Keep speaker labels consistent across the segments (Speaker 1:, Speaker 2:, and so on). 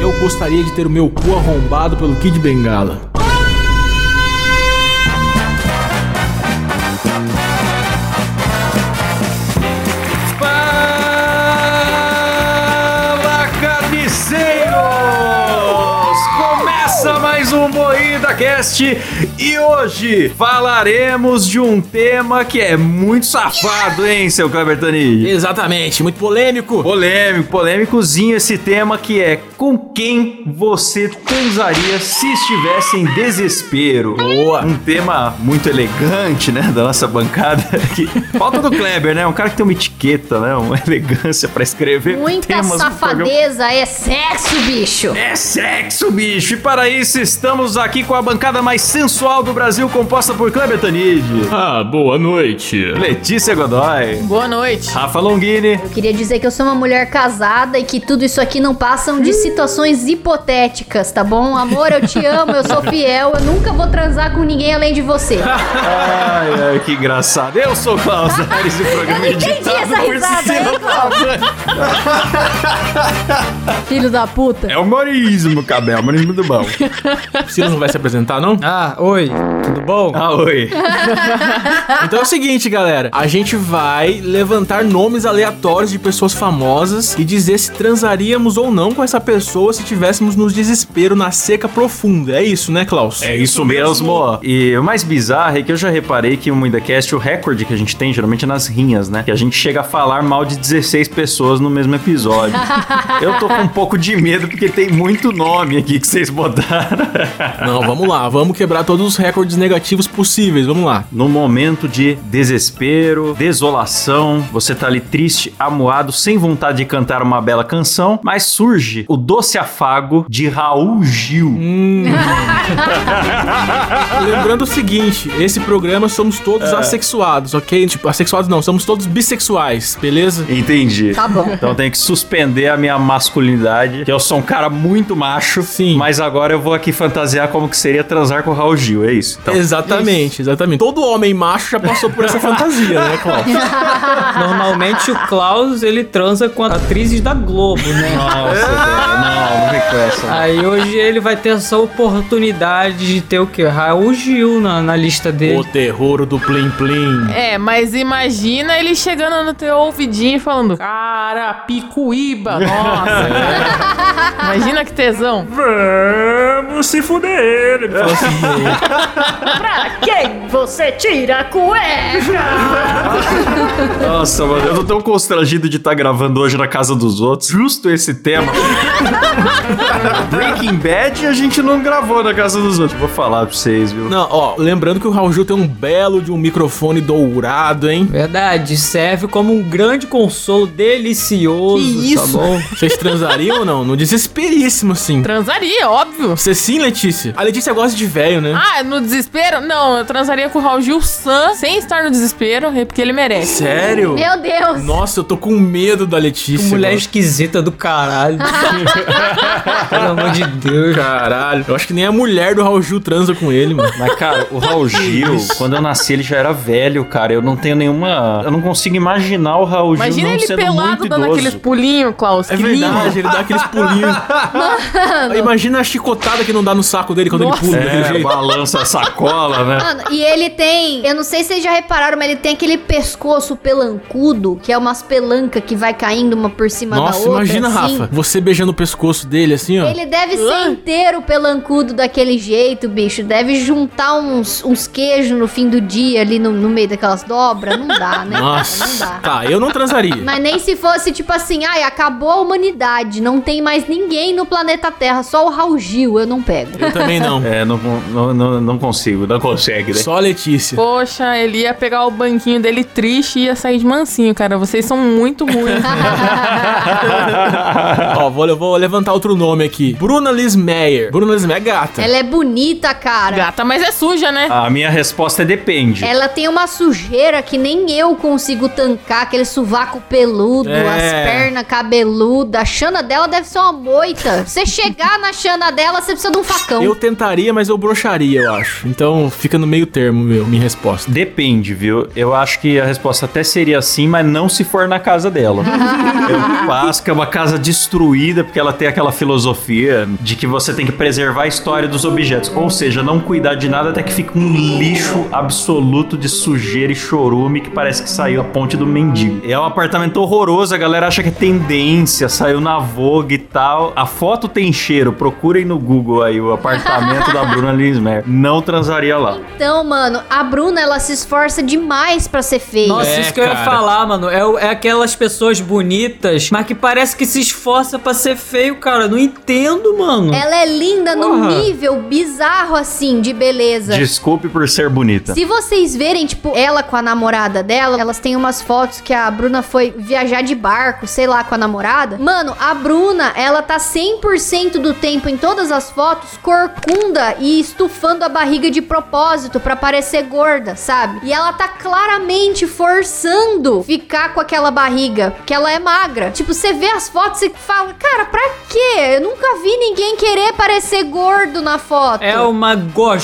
Speaker 1: Eu gostaria de ter o meu cu arrombado pelo Kid Bengala.
Speaker 2: Fala, carniceiros! Começa mais um Moída Cast e hoje falaremos de um tema que é muito safado, hein, seu Cabertani?
Speaker 1: Exatamente, muito polêmico.
Speaker 2: Polêmico, polêmicozinho esse tema que é com quem você transaria se estivesse em desespero.
Speaker 1: Boa.
Speaker 2: Um tema muito elegante, né, da nossa bancada. Que... Falta do Kleber, né? Um cara que tem uma etiqueta, né? Uma elegância pra escrever
Speaker 3: Muita
Speaker 1: um
Speaker 2: temas no programa.
Speaker 3: safadeza, é sexo, bicho.
Speaker 2: É sexo, bicho! E para isso, estamos aqui com a bancada mais sensual do Brasil, composta por Kleber Tanide,
Speaker 1: Ah, boa noite.
Speaker 2: Letícia Godoy,
Speaker 4: Boa noite.
Speaker 2: Rafa Longini,
Speaker 3: Eu queria dizer que eu sou uma mulher casada e que tudo isso aqui não passam de situações hipotéticas, tá bom? Amor, eu te amo, eu sou fiel, eu nunca vou transar com ninguém além de você.
Speaker 2: Ai, ai, que engraçado. Eu sou o Klaus Aires e o programa é
Speaker 3: entendi
Speaker 2: editado
Speaker 3: essa
Speaker 2: por
Speaker 3: risada,
Speaker 2: Cecília
Speaker 3: hein,
Speaker 2: Pavan.
Speaker 4: Filho da puta.
Speaker 2: É humorismo, cabelo, humorismo do bom.
Speaker 1: O Silas não vai se apresentar, não?
Speaker 4: Ah, oi. Tudo bom?
Speaker 2: Ah, oi.
Speaker 1: Então é o seguinte, galera. A gente vai levantar nomes aleatórios de pessoas famosas e dizer se transaríamos ou não com essa pessoa se tivéssemos nos desespero na seca profunda. É isso, né, Klaus?
Speaker 2: É isso mesmo. E o mais bizarro é que eu já reparei que o MuidaCast, o recorde que a gente tem, geralmente é nas rinhas, né? Que a gente chega a falar mal de 16 pessoas no mesmo episódio. eu tô com um pouco de medo porque tem muito nome aqui que vocês botaram.
Speaker 1: Não, vamos lá. Vamos quebrar todos os recordes negativos possíveis. Vamos lá.
Speaker 2: No momento de desespero, desolação, você tá ali triste, amuado, sem vontade de cantar uma bela canção, mas surge o doce afago de Raul Gil.
Speaker 1: Lembrando o seguinte, esse programa somos todos assexuados, ok? Tipo, assexuados não, somos todos bissexuais, beleza?
Speaker 2: Entendi.
Speaker 3: Tá bom.
Speaker 2: Então eu tenho que suspender a minha masculinidade, que eu sou um cara muito macho,
Speaker 1: Sim.
Speaker 2: mas agora eu vou aqui fantasiar como que seria transar com o Raul Gil, é isso? Então,
Speaker 1: exatamente, exatamente. Todo homem macho já passou por essa fantasia, né, Klaus?
Speaker 5: Normalmente o Klaus ele transa com atrizes da Globo, né?
Speaker 2: Nossa, velho, não, não vem com essa.
Speaker 5: Aí hoje ele vai ter essa oportunidade de ter o quê? Raul Gil na, na lista
Speaker 1: o
Speaker 5: dele.
Speaker 1: terror do Plim Plim.
Speaker 4: É, mas imagina ele chegando no teu ouvidinho e falando: Cara, picuíba, nossa. cara." imagina que tesão.
Speaker 5: Vamos se fuder! Ele falou assim,
Speaker 3: Quem você tira a cueca?
Speaker 2: Nossa, mano, eu tô tão constrangido de estar gravando hoje na casa dos outros. Justo esse tema. Breaking Bad a gente não gravou na casa dos outros. Vou falar pra vocês, viu?
Speaker 1: Não, ó, lembrando que o Raul Gil tem um belo de um microfone dourado, hein?
Speaker 5: Verdade, serve como um grande consolo delicioso,
Speaker 1: Que isso?
Speaker 5: tá bom?
Speaker 1: Vocês transariam ou não? No desesperíssimo, assim.
Speaker 4: Transaria, óbvio.
Speaker 1: Você sim, Letícia? A Letícia gosta de velho, né?
Speaker 4: Ah, no desespero? Não, eu transaria com o Raul Gil San sem estar no desespero, é porque ele merece.
Speaker 1: Sério?
Speaker 3: Meu Deus.
Speaker 1: Nossa, eu tô com medo da
Speaker 5: Que
Speaker 1: Letícia.
Speaker 5: mulher
Speaker 1: mano.
Speaker 5: esquisita do caralho. Pelo amor de Deus.
Speaker 1: Caralho. Eu acho que nem a mulher do Raul Gil transa com ele, mano.
Speaker 2: Mas, cara, o Raul Gil, quando eu nasci, ele já era velho, cara. Eu não tenho nenhuma. Eu não consigo imaginar o Raul Gil
Speaker 4: Imagina
Speaker 2: não
Speaker 4: ele
Speaker 2: sendo
Speaker 4: pelado
Speaker 2: muito
Speaker 4: dando
Speaker 2: idoso.
Speaker 4: aqueles pulinhos, Klaus.
Speaker 1: É
Speaker 4: que
Speaker 1: verdade,
Speaker 4: lindo.
Speaker 1: ele dá aqueles pulinhos. Imagina a chicotada que não dá no saco dele quando
Speaker 4: Nossa.
Speaker 1: ele pula daquele
Speaker 2: É,
Speaker 1: jeito.
Speaker 2: balança a sacola, né?
Speaker 3: Mano, e ele tem, eu não sei se vocês já repararam, mas ele tem aquele pescoço pelancudo, que é umas pelanca que vai caindo uma por cima da
Speaker 1: Nossa,
Speaker 3: outra.
Speaker 1: imagina,
Speaker 3: assim.
Speaker 1: Rafa, você beijando o pescoço dele assim, ó.
Speaker 3: Ele deve ser inteiro pelancudo daquele jeito, bicho. Deve juntar uns, uns queijos no fim do dia ali no, no meio daquelas dobras. Não dá, né? cara? Não
Speaker 1: Nossa.
Speaker 3: dá.
Speaker 1: Tá, eu não transaria.
Speaker 3: Mas nem se fosse tipo assim, ai, acabou a humanidade, não tem mais ninguém no planeta Terra, só o Raul Gil, eu não pego.
Speaker 1: Eu também não.
Speaker 2: É, não, não, não, não consigo, não consegue, né?
Speaker 1: Só a Letícia.
Speaker 4: Poxa, ele ia pegar o banquinho dele triste e ia sair de mansinho, cara. Vocês são muito ruins. né?
Speaker 1: Ó, vou, eu vou levantar outro nome aqui. Bruna Liz Meyer. Bruna Liz Meyer é gata.
Speaker 3: Ela é bonita, cara.
Speaker 4: Gata, mas é suja, né?
Speaker 2: A minha resposta é depende.
Speaker 3: Ela tem uma sujeira que nem eu consigo tancar, aquele sovaco peludo,
Speaker 1: É.
Speaker 3: as pernas cabeludas. A chana dela deve ser uma moita. Você chegar na chana dela, você precisa de um facão.
Speaker 1: Eu tentaria, mas eu broxaria, eu acho. Então fica no meio termo, meu, minha resposta.
Speaker 2: Depende, viu? Eu acho que a resposta até seria sim, mas não se for na casa dela. Eu acho que é uma casa destruída, porque ela tem aquela filosofia de que você tem que preservar a história dos objetos. Ou seja, não cuidar de nada até que fique um lixo absoluto de sujeira e chorume que parece que saiu a ponte do mendigo. É um apartamento horroroso, a galera acha que é tendência, saiu na Vogue e tal. A foto tem cheiro, procurem no Google aí o apartamento da Bruna Linsmer. Não transaria lá.
Speaker 3: Então, mano, a Bruna, ela se esforça demais pra ser feia.
Speaker 5: Nossa,
Speaker 1: É,
Speaker 5: isso que eu ia
Speaker 1: cara.
Speaker 5: falar, mano. É, o- é aquelas pessoas bonitas, mas que parece que se esforça pra ser feio, cara. Não entendo, mano.
Speaker 3: Ela é linda num
Speaker 5: Porra.
Speaker 3: nível bizarro, assim, de beleza.
Speaker 2: Desculpe por ser bonita.
Speaker 3: Se vocês verem, tipo, ela com a namorada dela, elas têm umas fotos que a Bruna foi viajar de barco, sei lá, com a namorada. Mano, a Bruna, ela tá 100% do tempo em todas as fotos corcunda e estufando a barriga de propósito pra parecer gorda, sabe? E ela tá claramente forçando ficar com aquela barriga, porque ela é magra. Tipo, você vê as fotos e fala, cara, pra quê? Eu nunca vi ninguém querer parecer gordo na foto.
Speaker 5: É uma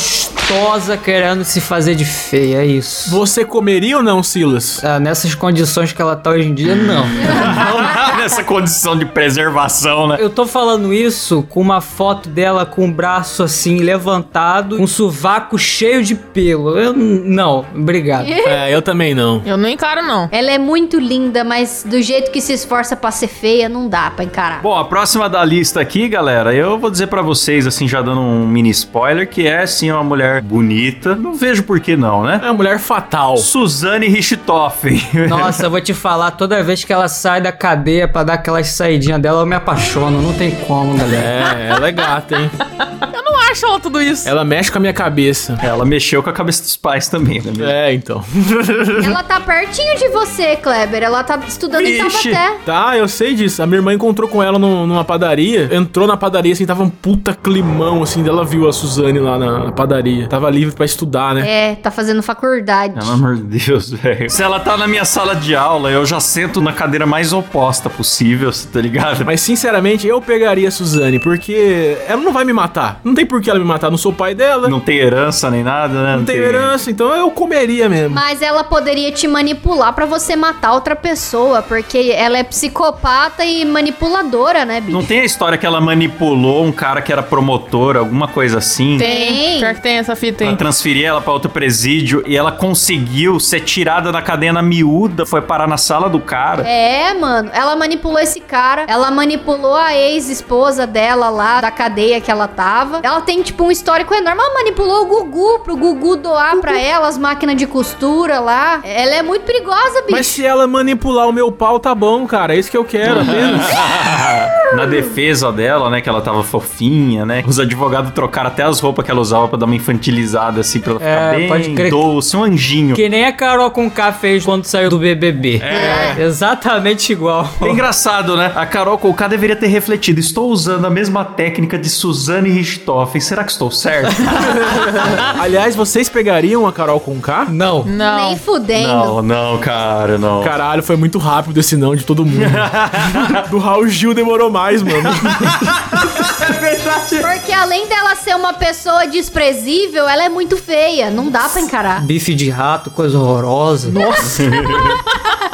Speaker 5: gostosa querendo se fazer de feia, é isso.
Speaker 1: Você comeria ou não, Silas?
Speaker 5: Ah, nessas condições que ela tá hoje em dia, não.
Speaker 2: Nessa condição de preservação, né?
Speaker 5: Eu tô falando isso com uma foto dela com o braço assim levantado, um sovaco cheio de pelo. Eu n- não, obrigado.
Speaker 1: É, eu também não.
Speaker 4: Eu não encaro, não.
Speaker 3: Ela é muito linda, mas do jeito que se esforça pra ser feia, não dá pra encarar.
Speaker 2: Bom, a próxima da lista aqui, galera, eu vou dizer pra vocês, assim, já dando um mini spoiler, que é, sim, uma mulher bonita. Não vejo por que não, né?
Speaker 1: É uma mulher fatal.
Speaker 2: Suzane Richthofen.
Speaker 5: Nossa, eu vou te falar, toda vez que ela sai da cadeia pra dar aquelas saidinhas dela, eu me apaixono, não tem como, galera.
Speaker 1: É, ela é gata, hein?
Speaker 4: Eu não acho ela tudo
Speaker 2: É
Speaker 4: isso.
Speaker 1: Ela mexe com a minha cabeça.
Speaker 2: Ela mexeu com a cabeça dos pais também, né?
Speaker 1: É, então.
Speaker 3: Ela tá pertinho de você, Kleber. Ela tá estudando em
Speaker 2: Vixe.
Speaker 3: Taubaté.
Speaker 1: Tá, eu sei disso. A minha irmã encontrou com ela num- numa padaria. Entrou na padaria, assim, tava um puta climão, assim. Ela viu a Suzane lá na, na padaria. Tava livre pra estudar, né?
Speaker 3: É, tá fazendo faculdade.
Speaker 2: Pelo amor de Deus, velho. Se ela tá na minha sala de aula, eu já sento na cadeira mais oposta possível, cê tá ligado?
Speaker 1: Mas sinceramente, eu pegaria a Suzane, porque ela não vai me matar. Não tem por que ela me matar, não sou o pai dela, não,
Speaker 2: Não tem herança nem nada, né?
Speaker 1: tenho herança, então eu comeria mesmo.
Speaker 3: Mas ela poderia te manipular pra você matar outra pessoa, porque ela é psicopata e manipuladora, né, bicho?
Speaker 2: Não tem a história que ela manipulou um cara que era promotor, alguma coisa assim?
Speaker 3: Tem.
Speaker 4: Pior que tem essa fita,
Speaker 2: Pra
Speaker 4: hein?
Speaker 2: transferir ela pra outro presídio e ela conseguiu ser tirada da cadeia na miúda, foi parar na sala do cara.
Speaker 3: É, mano. Ela manipulou esse cara. Ela manipulou a ex-esposa dela lá, da cadeia que ela tava. Ela tem, tipo, um histórico enorme. Ela manipulou o Gugu pro Gugu doar pra ela as máquinas de costura lá. Ela é muito perigosa, bicho.
Speaker 1: Mas se ela manipular o meu pau, tá bom, cara. É isso que eu quero, apenas.
Speaker 2: Na defesa dela, né, que ela tava fofinha, né? Os advogados trocaram até as roupas que ela usava pra dar uma infantilizada assim, pra ela ficar
Speaker 5: É,
Speaker 2: bem
Speaker 5: pode crer.
Speaker 2: doce, um anjinho.
Speaker 5: Que nem a Carol Conká fez quando saiu do BBB. É. Exatamente igual.
Speaker 2: É engraçado, né? A Carol Colcá deveria ter refletido. Estou usando a mesma técnica de Suzane Richthofen. Será que estou certo?
Speaker 1: Aliás, vocês pegariam a Carol com K?
Speaker 5: Não.
Speaker 4: Não.
Speaker 3: Nem fudendo.
Speaker 2: não, não, cara, não.
Speaker 1: Caralho, foi muito rápido esse não de todo mundo. Do Raul Gil demorou mais, mano.
Speaker 3: Porque além dela ser uma pessoa desprezível, ela é muito feia. Não dá pra encarar.
Speaker 5: Bife de rato, coisa horrorosa. Nossa.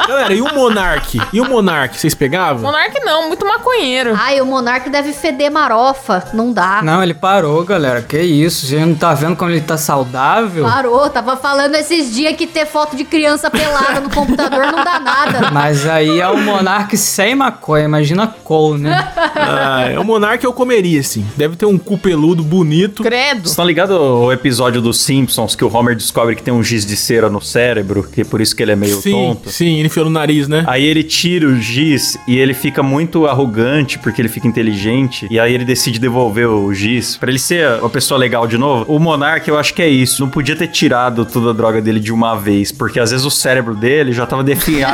Speaker 1: Galera, e o Monark? E o Monark, vocês pegavam?
Speaker 4: Monarque não, muito maconheiro.
Speaker 3: Ai, o monarca deve feder marofa. Não dá.
Speaker 5: Não, ele parou, galera. Que isso? Você não tá vendo como ele tá saudável?
Speaker 3: Parou, tava falando esses dias que ter foto de criança pelada no computador não dá nada.
Speaker 5: Mas aí é o Monark sem maconha. Imagina Cole, né?
Speaker 1: Ah, o Monark eu comeria, sim. Deve ter um cu peludo
Speaker 2: Ah.
Speaker 1: bonito.
Speaker 4: Credo.
Speaker 2: Vocês estão ligados ao episódio dos Simpsons que o Homer descobre que tem um giz de cera no cérebro, que por isso que ele é meio
Speaker 1: sim,
Speaker 2: tonto?
Speaker 1: sim, ele enfiou no nariz, né?
Speaker 2: Aí ele tira o giz e ele fica muito arrogante porque ele fica inteligente. E aí ele decide devolver o giz pra ele ser uma pessoa legal de novo. O Monark, eu acho que é isso. Não podia ter tirado toda a droga dele de uma vez, porque às vezes o cérebro dele já tava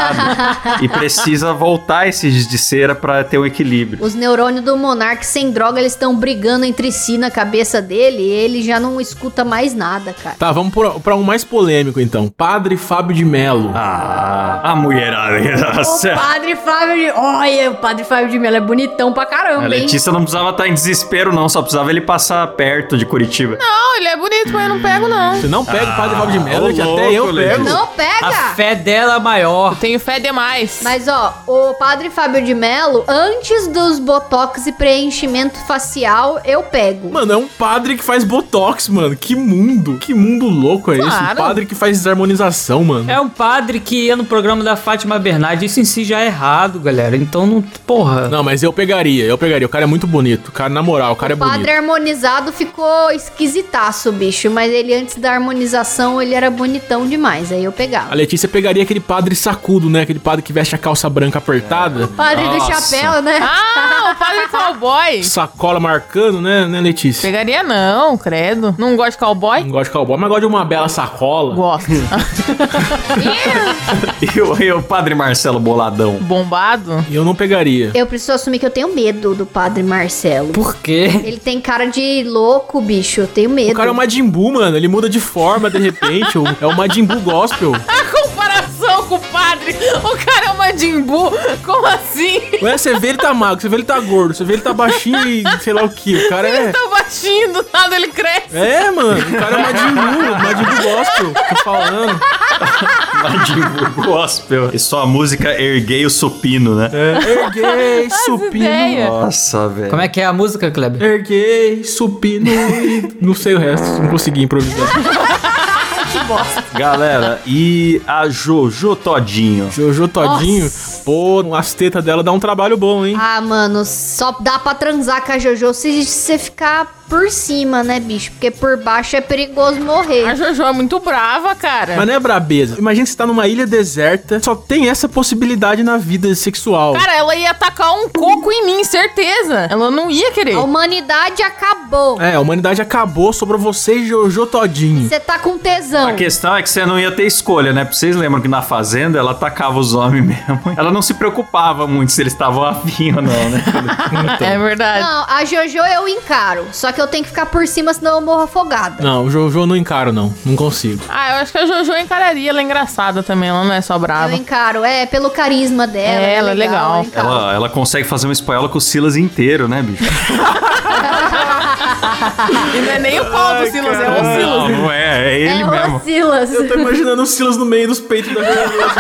Speaker 2: definhado e precisa voltar esse giz de cera pra ter um equilíbrio.
Speaker 3: Os neurônios do Monark sem droga, eles estão brigando entre si na cabeça dele e ele já não escuta mais nada, cara.
Speaker 1: Tá, vamos pra, pra um mais polêmico então. Padre Fábio de Melo.
Speaker 2: Ah, a mulherada.
Speaker 3: O
Speaker 2: Nossa.
Speaker 3: padre Flávio de... Olha, o padre Flávio de Mello é bonitão pra
Speaker 2: A
Speaker 3: caramba, hein?
Speaker 2: Letícia não precisava estar em desespero, não. Só precisava ele passar perto de Curitiba.
Speaker 4: Não, ele é bonito, mas eu não pego, não.
Speaker 1: Você não pega o padre Bob de
Speaker 2: ô
Speaker 1: Mello, que
Speaker 2: louco,
Speaker 1: até eu
Speaker 2: Letícia.
Speaker 1: pego.
Speaker 3: Não pega!
Speaker 5: A fé dela é
Speaker 4: Eu
Speaker 5: maior.
Speaker 4: tenho fé demais.
Speaker 3: Mas ó, o padre Fábio de Mello, antes dos botox e preenchimento facial, eu pego.
Speaker 1: Mano, é um padre que faz botox, mano. Que mundo. Que mundo louco é esse? Um
Speaker 4: Claro.
Speaker 1: padre que faz desarmonização, mano.
Speaker 5: É um padre que ia no programa da Fátima Bernardes. Isso em si já é errado, galera. Então não. Porra.
Speaker 1: Não, mas eu pegaria, eu pegaria. O cara é muito bonito. O cara, na moral, o cara é
Speaker 3: o padre
Speaker 1: bonito.
Speaker 3: harmonizado ficou esquisitaço, bicho. Mas ele, antes da harmonização, ele era bonitão demais. Aí eu
Speaker 1: A
Speaker 3: pegava.
Speaker 1: Letícia pegaria aquele padre sacudo, né? Aquele padre que veste a calça branca apertada.
Speaker 3: Padre do
Speaker 1: Nossa.
Speaker 3: chapéu, né?
Speaker 4: Ah, o padre cowboy.
Speaker 1: Sacola marcando, né, né, Letícia?
Speaker 4: Pegaria não, credo. Não gosta de cowboy?
Speaker 1: Não gosto de cowboy, mas gosto de uma bela sacola.
Speaker 4: Gosto.
Speaker 2: E o, e o padre Marcelo Boladão.
Speaker 4: Bombado.
Speaker 1: E eu não pegaria.
Speaker 3: Eu preciso assumir que eu tenho medo do padre Marcelo.
Speaker 5: Por quê?
Speaker 3: Ele tem cara de louco, bicho. Eu tenho medo.
Speaker 1: O cara é o Majin Buu, mano. Ele muda de forma de repente. o- é o Majin Buu gospel.
Speaker 4: A comparação com o padre. O cara é uma Jimbu. Como assim?
Speaker 1: Ué, você vê ele tá magro, você vê ele tá gordo, você vê ele tá baixinho e sei lá o que. O cara
Speaker 4: Ele
Speaker 1: é.
Speaker 4: tá baixinho, do nada ele cresce.
Speaker 1: É, mano. O cara é o Majin Buu, o Majin Buu gospel. Tô falando.
Speaker 2: Nadivo Gospel. E só a música Erguei o Supino, né?
Speaker 1: É. Erguei, supino.
Speaker 4: ideia.
Speaker 2: Nossa, velho.
Speaker 5: Como é que é a música, Kleber?
Speaker 1: Erguei, supino e. Não sei o resto, não consegui improvisar.
Speaker 2: Galera, e a Jojo Todinho?
Speaker 1: Jojo Todinho, pô, as tetas dela dá um trabalho bom, hein?
Speaker 3: Ah, mano, só dá pra transar com a Jojo se você ficar por cima, né, bicho? Porque por baixo é perigoso morrer.
Speaker 4: A Jojo é muito brava, cara.
Speaker 1: Mas não é brabeza. Imagina você tá numa ilha deserta, só tem essa possibilidade na vida sexual.
Speaker 4: Cara, ela ia atacar um coco em mim, certeza. Ela não ia querer.
Speaker 3: A humanidade acabou.
Speaker 1: É, a humanidade acabou, sobrou você e Jojo Todinho.
Speaker 3: Você tá com tesão.
Speaker 2: A questão é que você não ia ter escolha, né? Vocês lembram que na Fazenda ela atacava os homens mesmo. Ela não se preocupava muito se eles estavam afim ou não, né?
Speaker 4: É verdade.
Speaker 3: Não, a Jojo eu encaro. Só que eu tenho que ficar por cima, senão eu morro afogada.
Speaker 1: Não, o Jojo eu não encaro, não. Não consigo.
Speaker 4: Ah, eu acho que a Jojo encararia. Ela é engraçada também. Ela não é só brava.
Speaker 3: Eu encaro, é, pelo carisma dela.
Speaker 4: É,
Speaker 3: né,
Speaker 4: ela é legal.
Speaker 3: eu encaro.
Speaker 2: Ela, ela consegue fazer uma espanhola com o Silas inteiro, né, bicho?
Speaker 4: E não é nem o pau do Silas, é o
Speaker 2: Não,
Speaker 4: Silas.
Speaker 2: não é, é ele
Speaker 3: é
Speaker 2: mesmo.
Speaker 3: o Silas.
Speaker 1: Eu tô imaginando o Silas no meio dos peitos da Jojo.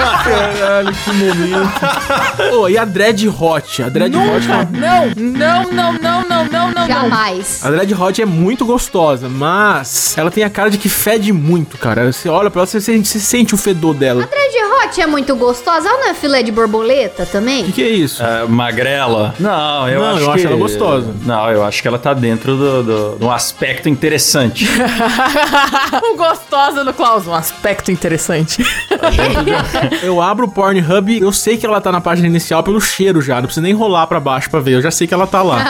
Speaker 1: Caralho, que momento. Ô, e a Dread Hot? A Dread Hot é uma
Speaker 4: Não, não, não, não, não, não, não. não.
Speaker 3: Jamais.
Speaker 1: A Dread Hot é muito gostosa, mas ela tem a cara de que fede muito, cara. Você olha pra ela, você sente, você sente o fedor dela.
Speaker 3: Dread Hot é muito gostosa. Ela não é filé de borboleta
Speaker 1: O
Speaker 3: também?
Speaker 1: que, que é isso?
Speaker 2: É, magrela? Não, eu
Speaker 1: Não,
Speaker 2: acho
Speaker 1: eu
Speaker 2: que...
Speaker 1: acho ela gostosa.
Speaker 2: Não, eu acho que ela tá dentro do, do, de um aspecto interessante.
Speaker 4: Um gostosa do Klaus, um aspecto interessante.
Speaker 1: Eu abro o Pornhub, eu sei que ela tá na página inicial pelo cheiro já. Não precisa nem rolar pra baixo pra ver, eu já sei que ela tá lá.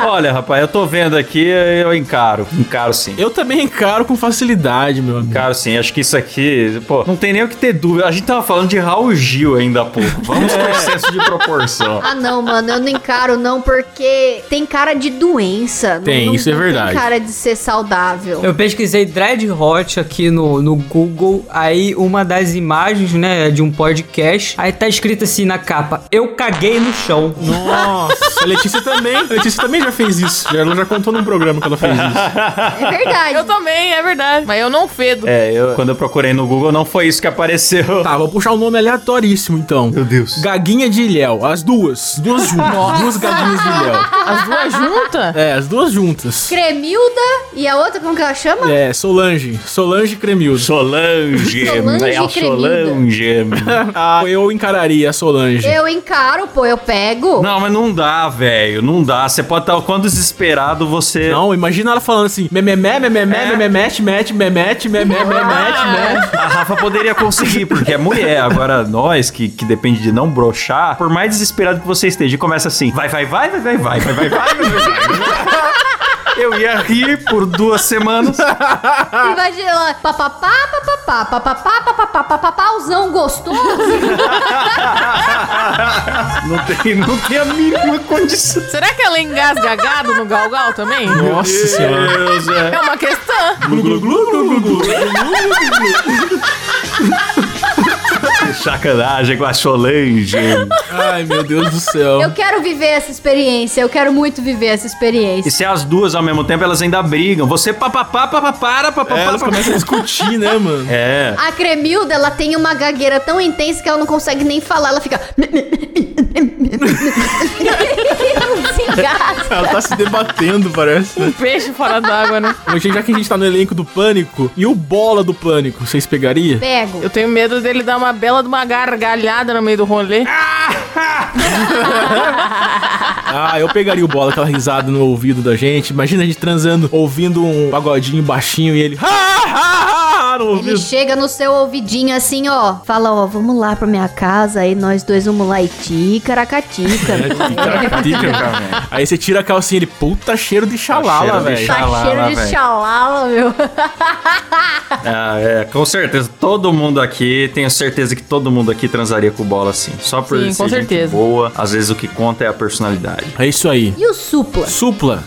Speaker 2: Olha, rapaz, eu tô vendo aqui, eu encaro. Encaro sim.
Speaker 1: Eu também encaro com facilidade, meu amigo.
Speaker 2: Encaro sim, acho que isso aqui, pô, não tem nem o que ter dúvida. A gente tava falando de Raul Gil ainda há pouco. Vamos
Speaker 1: É.
Speaker 2: pro excesso de proporção.
Speaker 3: Ah, não, mano, eu não encaro não porque tem cara de doença. Não-
Speaker 1: Tem,
Speaker 3: não-
Speaker 1: isso é
Speaker 3: não
Speaker 1: verdade.
Speaker 3: Tem cara de ser saudável.
Speaker 5: Eu pesquisei Dread Hot aqui no, no Google, aí uma das imagens, né, de um podcast, aí tá escrito assim na capa, eu caguei no chão.
Speaker 1: Nossa, a Letícia também. A Letícia também já fez isso. Já- Ela já contou num programa que ela fez isso.
Speaker 3: É verdade.
Speaker 4: Eu também, é verdade. Mas eu não fedo.
Speaker 2: É, eu, quando eu procurei no Google, não foi isso que apareceu.
Speaker 1: Tá, vou puxar um nome aleatoríssimo então. Meu
Speaker 2: Deus.
Speaker 1: Gaguinha de Ilhéu, as duas. Duas juntas. duas gaguinhas de Ilhéu.
Speaker 4: As duas juntas?
Speaker 1: É, as duas juntas.
Speaker 3: Cremilda e a outra, como que ela chama?
Speaker 1: É, Solange. Solange Cremildo.
Speaker 2: Solange,
Speaker 3: Solange
Speaker 2: é a Solange.
Speaker 1: Ah, eu encararia a Solange.
Speaker 3: Eu encaro, pô, eu pego.
Speaker 2: Não, mas não dá, velho. Não dá. Você pode estar o quanto desesperado você.
Speaker 1: Não, imagina ela falando assim: mememé, mememé, mememé, mete, mete, memete, memé, memete, mete.
Speaker 2: A Rafa poderia conseguir, porque é mulher. Agora, nós, que, que depende de não brochar, por mais desesperado que você esteja, começa assim: vai, vai, vai, vai, vai, vai, vai, vai, vai, vai, vai, vai. Eu ia rir por duas semanas.
Speaker 3: Imagina ela, papapá, papapá, papapá, papapá, papapauzão gostoso.
Speaker 2: Não tem, não tem a mínima condição.
Speaker 4: Será que ela engasga gado no galgal também?
Speaker 1: Nossa senhora.
Speaker 2: Deus, é.
Speaker 4: É uma questão.
Speaker 1: Glu, glu, glu, glu, glu, glu.
Speaker 2: Sacanagem com a Solange.
Speaker 1: Ai, meu Deus do céu.
Speaker 3: Eu quero viver essa experiência. Eu quero muito viver essa
Speaker 2: E
Speaker 3: experiência.
Speaker 2: se as duas ao mesmo tempo, elas ainda brigam. Você papapá, papapara,
Speaker 1: É, elas
Speaker 2: papapá.
Speaker 1: começam a discutir, né, mano?
Speaker 2: É.
Speaker 3: A Cremilda, ela tem uma gagueira tão intensa que ela não consegue nem falar. Ela fica. Ela se engasga.
Speaker 1: Ela tá se debatendo, parece. né?
Speaker 4: Um peixe fora d'água, né?
Speaker 1: Mas, gente, já que a gente tá no elenco do Pânico, e o Bola do Pânico, vocês pegaria?
Speaker 3: Pego.
Speaker 4: Eu tenho medo dele dar uma bela de uma gargalhada no meio do rolê.
Speaker 1: Ah, eu pegaria o Bola, aquela risada no ouvido da gente. Imagina a gente transando, ouvindo um pagodinho baixinho e ele... "Ah, ah, ah", no
Speaker 3: Ele
Speaker 1: ouvido.
Speaker 3: chega no seu ouvidinho assim, ó. Fala, ó, vamos lá pra minha casa. Aí nós dois vamos lá e ticaracatica.
Speaker 1: Aí você tira a calcinha ele... Puta cheiro de xalala,
Speaker 2: cheiro de
Speaker 1: velho.
Speaker 2: xa-
Speaker 3: tá
Speaker 2: Xalala,
Speaker 3: cheiro de
Speaker 2: velho.
Speaker 3: xalala, meu.
Speaker 2: Ah, é, com certeza. Todo mundo aqui, tenho certeza que todo mundo aqui transaria com bola assim. Só por
Speaker 4: Sim,
Speaker 2: ser
Speaker 4: com
Speaker 2: gente
Speaker 4: certeza.
Speaker 2: boa. Às vezes o que conta é a personalidade.
Speaker 1: É isso aí.
Speaker 3: E o supla?
Speaker 1: Supla.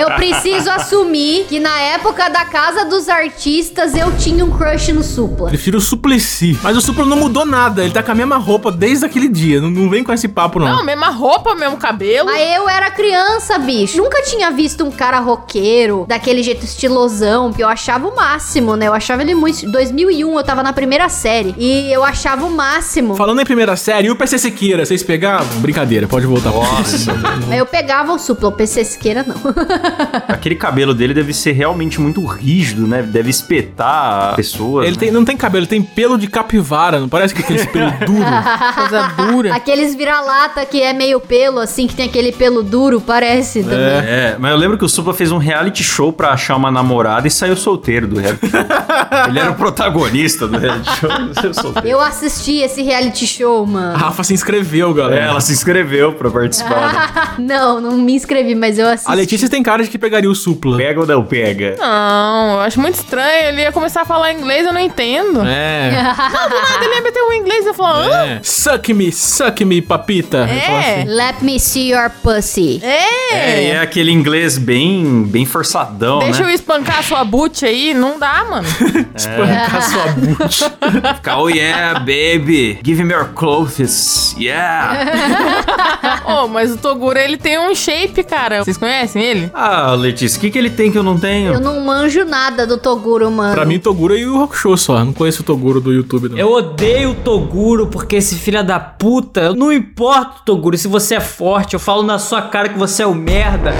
Speaker 3: Eu preciso assumir que na época da Casa dos Artistas eu tinha um crush no supla.
Speaker 1: Prefiro o Suplicy. Mas o Supla não mudou nada. Ele tá com a mesma roupa desde aquele dia. Não, não vem com esse papo, não.
Speaker 4: Não, mesma roupa, mesmo cabelo.
Speaker 3: Mas eu era criança, bicho. Nunca tinha visto um cara roqueiro, daquele jeito estilosão, que eu achava o máximo, né? Eu achava ele muito. 2001, eu tava na primeira série. E eu achava o máximo.
Speaker 1: Falando em primeira série, e o PC Siqueira, vocês pegavam? Brincadeira, pode voltar. Nossa.
Speaker 3: Aí eu pegava o supla, o PC Siqueira não.
Speaker 2: Aquele cabelo dele deve ser realmente muito rígido, né? Deve espetar a pessoa.
Speaker 1: Ele
Speaker 2: né?
Speaker 1: tem, não tem cabelo, ele tem pelo de capivara. Não parece que tem esse pelo duro.
Speaker 4: Coisa dura.
Speaker 3: Aqueles vira-lata que é meio pelo, assim, que tem aquele pelo duro, parece também.
Speaker 2: É, mas eu lembro que o Supla fez um reality show pra achar uma namorada e saiu solteiro do reality show. Ele era o protagonista do reality show e saiu solteiro.
Speaker 3: Eu assisti esse reality show,
Speaker 1: A
Speaker 3: mano.
Speaker 1: Rafa se inscreveu,
Speaker 2: É,
Speaker 1: galera.
Speaker 2: ela se inscreveu pra participar. né?
Speaker 3: Não, não me inscrevi, mas eu assisti.
Speaker 1: A Letícia tem cara de que pegaria o Supla.
Speaker 2: Pega ou não pega?
Speaker 4: Não, eu acho muito estranho. Ele ia começar a falar inglês, eu não entendo.
Speaker 1: É.
Speaker 4: Não, do nada ele ia meter o inglês e eu falar, hã?
Speaker 1: é. Suck me, suck me, papita. Eu falo
Speaker 4: É.
Speaker 1: assim.
Speaker 3: Let me see your pussy.
Speaker 2: É, e
Speaker 4: É.
Speaker 2: é aquele inglês bem, bem forçadão,
Speaker 4: Deixa eu
Speaker 2: né?
Speaker 4: espancar sua boot aí, não dá, mano.
Speaker 1: Espancar sua bucha.
Speaker 2: Fica, oh yeah, baby, give me your clothes, yeah.
Speaker 4: oh, mas o Toguro, ele tem um shape, cara. Vocês conhecem ele?
Speaker 2: Ah, Letícia, o que, que ele tem que eu não tenho?
Speaker 3: Eu não manjo nada do Toguro, mano.
Speaker 1: pra mim, Toguro e o Rockshow só. Não conheço o Toguro do YouTube, não.
Speaker 5: Eu odeio o Toguro porque esse filho da puta. Não importa, Toguro, se você é forte, eu falo na sua cara que você é o merda.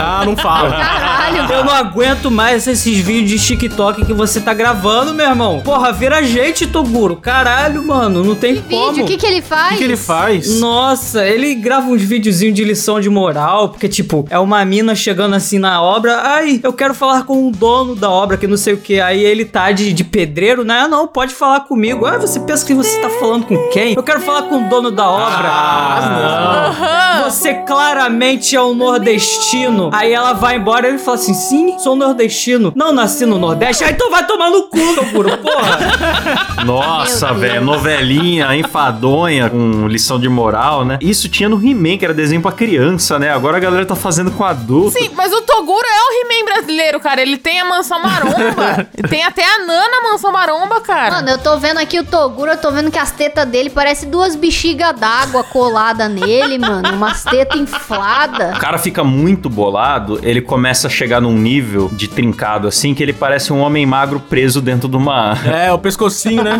Speaker 1: Ah, não fala.
Speaker 3: Caralho,
Speaker 5: Eu não aguento mais esses vídeos de TikTok que você tá gravando, meu irmão. Porra, vira gente, Toguro. Caralho, mano, não tem
Speaker 3: que
Speaker 5: como.
Speaker 3: vídeo, o que, que ele
Speaker 1: O
Speaker 3: faz?
Speaker 1: que, que ele faz?
Speaker 5: Nossa, ele grava uns videozinhos de lição de moral, porque, tipo, é uma mina chegando assim na obra, ai, eu quero falar com o dono da obra, que não sei o que, aí ele tá de, de pedreiro, né? Ah, não, pode falar comigo. Ah, você pensa que você tá falando com quem? Eu quero falar com o dono da obra.
Speaker 1: Ah,
Speaker 5: Você claramente é um nordestino. Aí ela vai embora e ele fala assim: sim, sou nordestino. Não nasci no Nordeste. Ah, então vai tomar no cu, Toguro, porra.
Speaker 2: Nossa,
Speaker 3: Meu Deus.
Speaker 2: velho, novelinha enfadonha com lição de moral, né? Isso tinha no He-Man, que era desenho pra criança, né? Agora a galera tá fazendo com adulto.
Speaker 4: Sim, mas o Toguro é o He-Man brasileiro, cara. Ele tem a mansão maromba. E tem até a Nana mansão maromba, cara.
Speaker 3: Mano, eu tô vendo aqui o Toguro, eu tô vendo que as tetas dele parecem duas bexigas d'água colada nele, mano. Umas tetas infladas.
Speaker 2: O cara fica muito bolado, ele começa a chegar num nível de trincado assim que ele parece um homem magro preso dentro de uma.
Speaker 1: é, o pescocinho, né?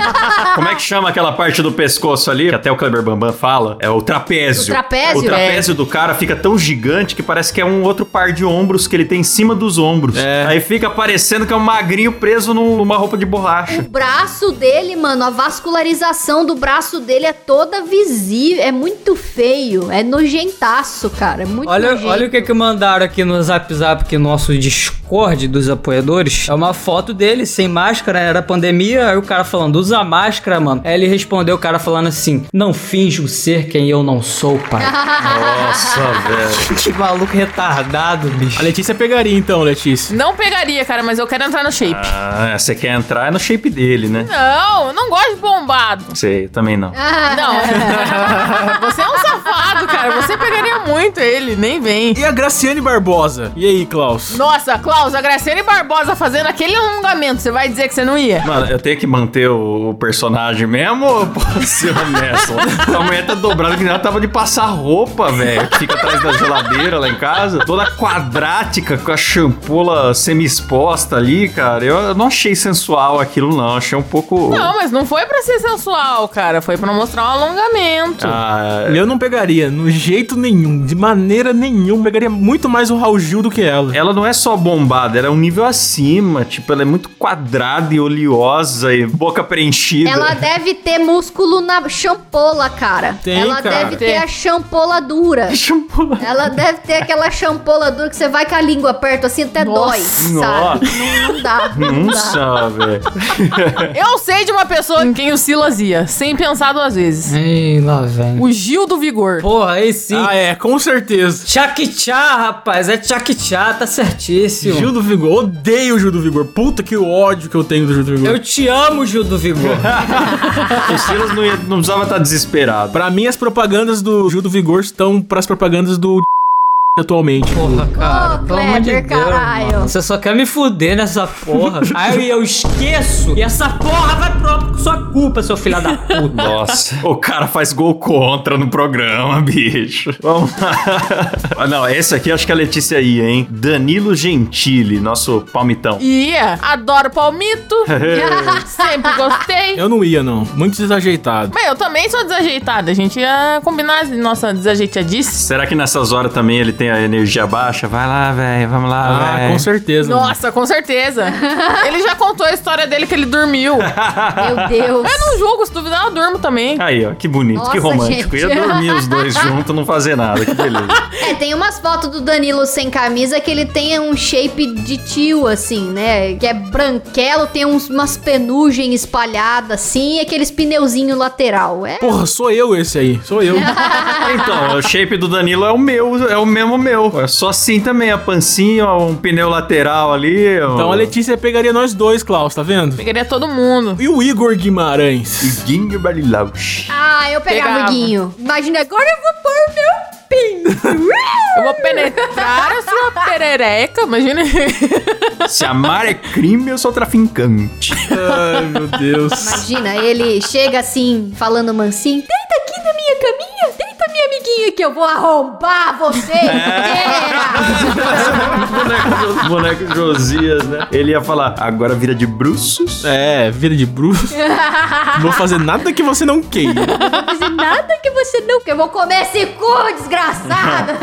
Speaker 2: Como é que chama aquela parte do pescoço ali? Que até o Kleber Bambam fala. É o trapézio.
Speaker 3: O trapézio? é.
Speaker 2: O trapézio do cara fica tão gigante que parece que é um outro par de ombros que ele tem em cima dos ombros.
Speaker 1: É.
Speaker 2: Aí fica parecendo que é um magrinho preso num- numa roupa de borracha.
Speaker 3: O braço dele, mano, a vascularização do braço dele é toda visível. É muito feio. É nojentaço, cara. É muito
Speaker 5: olha,
Speaker 3: nojento.
Speaker 5: olha o que que mandaram aqui no Zap Zap, que nosso Discord dos apoiadores. É uma foto dele sem máscara, era pandemia. Aí o cara falando, usa máscara, mano. Aí ele respondeu o cara falando assim: não finjo ser quem eu não sou, pai.
Speaker 2: Nossa, velho.
Speaker 5: que maluco retardado, bicho.
Speaker 1: A Letícia pegaria, então, Letícia.
Speaker 4: Não pegaria, cara, mas eu quero entrar no shape.
Speaker 2: Ah, você quer entrar no shape dele, né?
Speaker 4: Não, eu não gosto de bombado.
Speaker 2: Sei, também não.
Speaker 3: Ah,
Speaker 4: Não. Você é um safado, cara. Você pegaria muito ele, nem vem.
Speaker 1: E a Graciane Barbosa? E aí, Klaus?
Speaker 4: Nossa, Klaus, a Graciane Barbosa fazendo aquele alongamento, você vai dizer que você não ia?
Speaker 2: Mano, eu tenho que manter o o personagem mesmo ou eu posso ser honesto? A mulher tá dobrada que nem ela tava de passar roupa, velho. que Fica atrás da geladeira lá em casa. Toda quadrática, com a champola semi-exposta ali, cara. Eu eu não achei sensual aquilo, não. Achei um pouco...
Speaker 4: Não, mas não foi pra ser sensual, cara. Foi pra mostrar um alongamento.
Speaker 2: Ah,
Speaker 1: Eu não pegaria, no jeito nenhum, de maneira nenhuma. Pegaria muito mais o Raul Gil do que ela.
Speaker 2: Ela não é só bombada, ela é um nível acima. Tipo, ela é muito quadrada e oleosa e boca preenchida.
Speaker 3: Ela deve ter músculo na champola, cara.
Speaker 1: Tem,
Speaker 3: ela
Speaker 1: cara.
Speaker 3: deve
Speaker 4: Tem.
Speaker 3: ter a champola dura. Ela deve ter aquela champola dura que você vai com a língua perto assim até dói, sabe? Não, não dá. Não dá.
Speaker 2: Nossa, velho.
Speaker 4: Eu sei de uma pessoa em quem o Silas ia, sem pensar duas vezes.
Speaker 5: Ei, lá vem.
Speaker 4: O Gil do Vigor.
Speaker 5: Porra, aí sim.
Speaker 1: Ah, é, com certeza.
Speaker 5: Tchá, rapaz. É tchá, tá certíssimo.
Speaker 1: Gil do Vigor, odeio o Gil do Vigor. Puta que ódio que eu tenho do Gil do Vigor.
Speaker 5: Eu te amo, Gil do Vigor.
Speaker 2: O Silas não, ia- não precisava estar desesperado.
Speaker 1: Pra mim, as propagandas do Gil do Vigor estão pras propagandas do atualmente.
Speaker 5: Porra, cara.
Speaker 3: Ô,
Speaker 5: pelo amor de
Speaker 3: Kleber,
Speaker 5: Deus,
Speaker 3: caralho.
Speaker 5: mano. Você só quer me fuder nessa porra. Aí eu esqueço. E essa porra vai pro sua culpa, seu filho da puta.
Speaker 2: Nossa. o cara faz gol contra no programa, bicho. Vamos lá. Ah, Não, esse aqui acho que a Letícia ia, hein? Danilo Gentili, nosso palmitão.
Speaker 4: Ia. Adoro palmito. Sempre gostei.
Speaker 1: Eu não ia, não. Muito desajeitado.
Speaker 4: Mas eu também sou desajeitada. A gente ia combinar as nossa desajeitadice.
Speaker 2: Será que nessas horas também ele tem a energia baixa? Vai lá, velho, vamos lá,
Speaker 1: Ah,
Speaker 5: é.
Speaker 2: velho.
Speaker 1: com certeza.
Speaker 4: Nossa, com certeza. Ele já contou a história dele que ele dormiu.
Speaker 3: Meu Deus.
Speaker 4: Eu não julgo, se duvidar, eu durmo também.
Speaker 2: Aí, ó, que bonito, que
Speaker 3: Nossa,
Speaker 2: romântico.
Speaker 3: gente.
Speaker 2: Ia dormir os dois juntos, não fazer nada, que beleza.
Speaker 3: É, tem umas fotos do Danilo sem camisa que ele tem um shape de tio, assim, né? Que é branquelo, tem uns, umas penugem espalhada assim, e aqueles pneuzinho lateral. É.
Speaker 1: Porra, sou eu esse aí. Sou eu.
Speaker 2: Então, o shape do Danilo é o meu, é o mesmo meu. É só assim também, a pancinha, ó, um pneu lateral ali. ó.
Speaker 1: Então a Letícia pegaria nós dois, Klaus, tá vendo?
Speaker 4: Pegaria todo mundo.
Speaker 1: E o Igor Guimarães?
Speaker 2: Iguinho Barilaus.
Speaker 3: Ah, eu pegava o
Speaker 4: Pegava.
Speaker 3: Guinho. Imagina, agora eu vou pôr meu pinto.
Speaker 4: Eu vou penetrar a sua perereca, imagina.
Speaker 2: Se amar é crime, eu sou traficante.
Speaker 1: Ai, meu Deus.
Speaker 3: Imagina, ele chega assim, falando mansinho. Deita aqui na minha caminha, deita minha amiguinha que eu vou arrombar você
Speaker 4: É.
Speaker 3: inteira.
Speaker 2: boneco, Jo- boneco Josias, né? Ele ia falar, agora vira de bruços.
Speaker 1: É, vida de bruxo. Não vou fazer nada que você não queira.
Speaker 3: Não fiz nada que você não... Eu vou comer esse cu, desgraçada.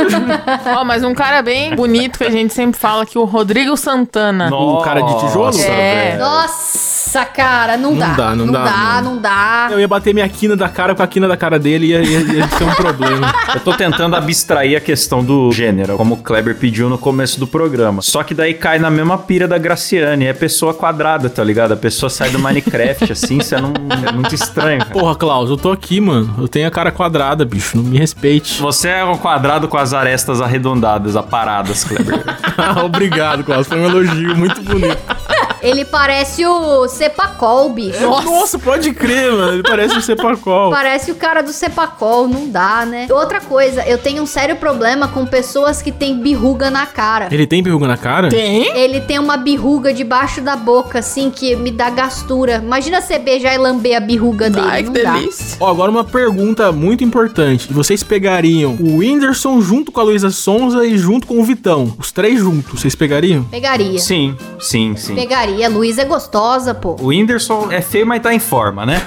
Speaker 4: Ó, mas um cara bem bonito que a gente sempre fala que o Rodrigo Santana.
Speaker 2: um
Speaker 1: O cara de tijolo?
Speaker 2: Nossa,
Speaker 4: É.
Speaker 2: velho.
Speaker 3: Nossa, cara, não, dá.
Speaker 1: dá, não dá, não.
Speaker 3: não dá.
Speaker 1: Eu ia bater minha quina da cara com a quina da cara dele e ia, ia- ia ser um problema.
Speaker 2: Eu tô tentando abstrair a questão do gênero, como o Kleber pediu no começo do programa. Só que daí cai na mesma pira da Graciane. É pessoa quadrada, tá ligado? A pessoa sai do Minecraft, assim, você não. É muito estranho. cara.
Speaker 1: Porra, Klaus, eu tô aqui, mano. Eu tenho a cara quadrada, bicho. Não me respeite.
Speaker 2: Você é um quadrado com as arestas arredondadas, aparadas, Kleber.
Speaker 1: Ah, Obrigado, Klaus. Foi um elogio muito bonito.
Speaker 3: Ele parece o Cepacol, bicho.
Speaker 1: Nossa, pode crer, mano. Ele parece um Sepacol.
Speaker 3: Parece o cara do Cepacol, não dá, né? Outra coisa, eu tenho um sério problema com pessoas que têm birruga na cara.
Speaker 1: Ele tem verruga na cara?
Speaker 4: Tem?
Speaker 3: Ele tem uma birruga debaixo da boca, assim, que me dá gastura. Imagina você beijar e lamber a birruga dele.
Speaker 4: Ai, que
Speaker 3: não
Speaker 4: delícia.
Speaker 1: Ó, agora uma pergunta muito importante. Vocês pegariam o Whindersson junto com a Luísa Sonza e junto com o Vitão? Os três juntos, vocês pegariam?
Speaker 3: Dá. Pegaria.
Speaker 2: Sim, sim, sim.
Speaker 3: Pegaria. Luiz é gostosa, pô.
Speaker 2: O Whindersson é feio, mas tá em forma, né?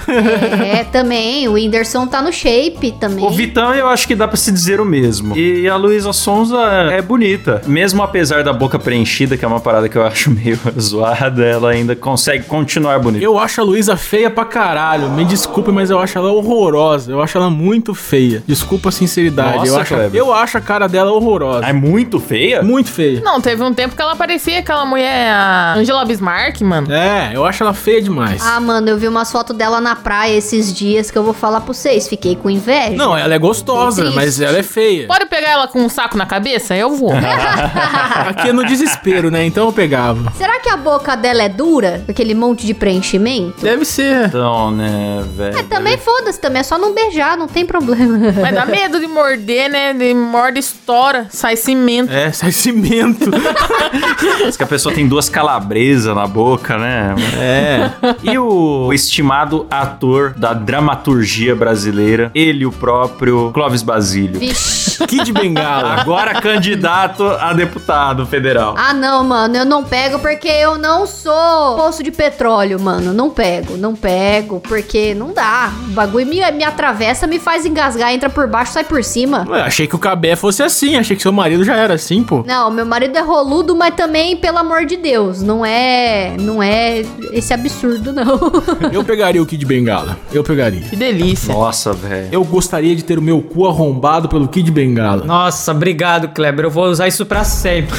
Speaker 3: É, também. O Whindersson tá no shape também.
Speaker 2: O Vitão eu acho que dá pra se dizer o mesmo. E a Luísa Sonza é bonita. Mesmo apesar da boca preenchida, que é uma parada que eu acho meio zoada, ela ainda consegue continuar bonita.
Speaker 1: Eu acho a Luísa feia pra caralho. Me desculpe, mas eu acho ela horrorosa. Eu acho ela muito feia. Desculpa a sinceridade.
Speaker 2: Nossa,
Speaker 1: eu, acho,
Speaker 2: Kleber.
Speaker 1: eu acho a cara dela horrorosa.
Speaker 2: É muito feia?
Speaker 1: Muito feia.
Speaker 4: Não, teve um tempo que ela parecia aquela mulher, a Angela Mark, mano.
Speaker 1: É, eu acho ela feia demais.
Speaker 3: Ah, mano, eu vi umas fotos dela na praia esses dias que eu vou falar pra vocês. Fiquei com inveja.
Speaker 1: Não, ela é gostosa,
Speaker 3: Triste.
Speaker 1: mas ela é feia.
Speaker 4: Pode pegar ela com um saco na cabeça? Eu vou.
Speaker 1: Aqui é no desespero, né? Então eu pegava.
Speaker 3: Será que a boca dela é dura? Com Aquele monte de preenchimento?
Speaker 1: Deve ser.
Speaker 2: Então, né, velho.
Speaker 3: É, também foda-se, também é só não beijar, não tem problema.
Speaker 4: Mas dá medo de morder, né? De morde, estoura, sai cimento.
Speaker 1: É, sai cimento.
Speaker 2: Parece que a pessoa tem duas calabresas na boca, né?
Speaker 1: é.
Speaker 2: E o estimado ator da dramaturgia brasileira, ele o próprio Clóvis Basílio.
Speaker 3: Vixe.
Speaker 1: Kid Bengala.
Speaker 2: Agora candidato a deputado federal.
Speaker 3: Ah, não, mano, eu não pego porque eu não sou poço de petróleo, mano. Não pego, não pego, porque não dá. O bagulho me, me atravessa, me faz engasgar, entra por baixo, sai por cima.
Speaker 1: Ué, achei que o Cabé fosse assim. Achei que seu marido já era assim, pô.
Speaker 3: Não, meu marido é roludo, mas também, pelo amor de Deus, não é. Não é esse absurdo, não.
Speaker 1: Eu pegaria o Kid Bengala. Eu pegaria.
Speaker 4: Que
Speaker 3: Ah.
Speaker 4: delícia.
Speaker 2: Nossa, velho.
Speaker 1: Eu gostaria de ter o meu cu arrombado pelo Kid Bengala.
Speaker 5: Nossa, obrigado, Kleber. Eu vou usar isso pra sempre.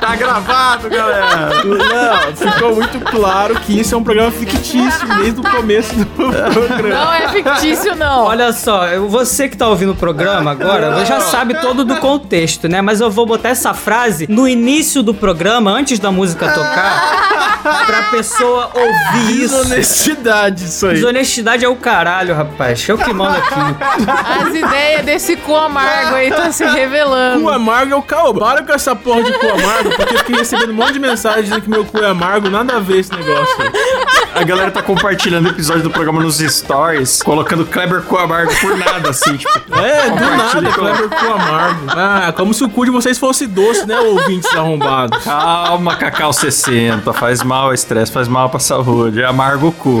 Speaker 2: tá gravado, galera.
Speaker 1: Não, ficou muito claro que isso é um programa fictício desde o começo do programa.
Speaker 4: Não é fictício, não.
Speaker 5: Olha só, eu- você que tá ouvindo o programa agora já sabe todo do contexto, né? Mas eu vou botar essa frase no início do programa, antes da música tocar, pra pessoa ouvir isso.
Speaker 1: Desonestidade, isso aí.
Speaker 5: Desonestidade é o caralho, rapaz. Eu que mando aqui.
Speaker 4: As ideias desse cu amargo aí tá se
Speaker 1: Cu
Speaker 4: revelando.
Speaker 1: amargo é o caô. Para com essa porra de cu amargo, porque eu fiquei recebendo um monte de mensagem dizendo que meu cu é amargo. Nada a ver esse negócio.
Speaker 2: A galera tá compartilhando o episódio do programa nos stories, colocando Kleber Coamargo por nada, assim, tipo.
Speaker 1: É, do nada,
Speaker 2: Compartilha.
Speaker 1: Kleber cu amargo. Ah, como se o cu de vocês fosse doce, né, ouvintes arrombados.
Speaker 2: Calma, Cacau 60. Faz mal ao estresse, faz mal pra saúde. é Amargo o cu.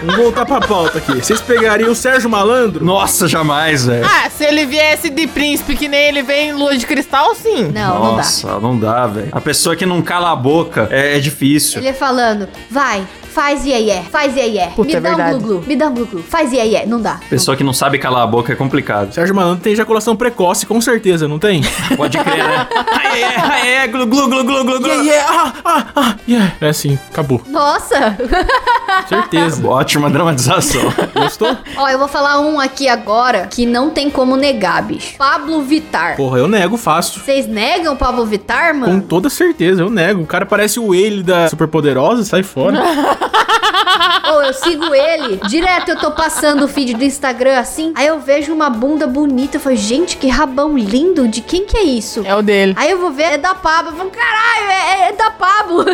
Speaker 1: Vamos voltar pra pauta aqui. Vocês pegariam o Sérgio Malandro?
Speaker 2: Nossa, jamais, velho.
Speaker 4: Ah, se ele viesse de príncipe que nem ele vem em lua de cristal, sim.
Speaker 3: Não, não dá.
Speaker 2: Nossa, não dá, velho. A pessoa que não cala a boca é, é difícil.
Speaker 3: Ele é falando, vai, faz iê iê, faz iê iê.
Speaker 4: Puta,
Speaker 3: me
Speaker 4: é
Speaker 3: dá um
Speaker 4: verdade.
Speaker 3: glu-glu, me dá um glu-glu, faz iê iê. Não dá.
Speaker 2: Pessoa que não sabe calar a boca é complicado.
Speaker 1: Sérgio Malandro tem ejaculação precoce, com certeza, não tem?
Speaker 2: Pode crer, né?
Speaker 5: Aê, aê, glu, glu, glu, glu, glu, glu.
Speaker 1: yeah, ah, ah, ah, yeah. É assim, acabou.
Speaker 3: Nossa!
Speaker 1: Certeza.
Speaker 2: Ótima dramatização.
Speaker 1: Gostou?
Speaker 3: Ó, eu vou falar um aqui agora que não tem como negar, bicho. Pablo Vitar.
Speaker 1: Porra, eu nego fácil.
Speaker 3: Vocês negam Pablo Vitar,
Speaker 1: Com
Speaker 3: mano?
Speaker 1: toda certeza, eu nego. O cara parece o ele da Superpoderosa, sai fora.
Speaker 3: Ou eu sigo ele. Direto eu tô passando o feed do Instagram assim. Aí eu vejo uma bunda bonita. Eu falo, gente, que rabão lindo. De quem que é isso?
Speaker 4: É o dele.
Speaker 3: Aí eu vou ver, é da Pablo. Eu falo, caralho, é, é- é da Pablo.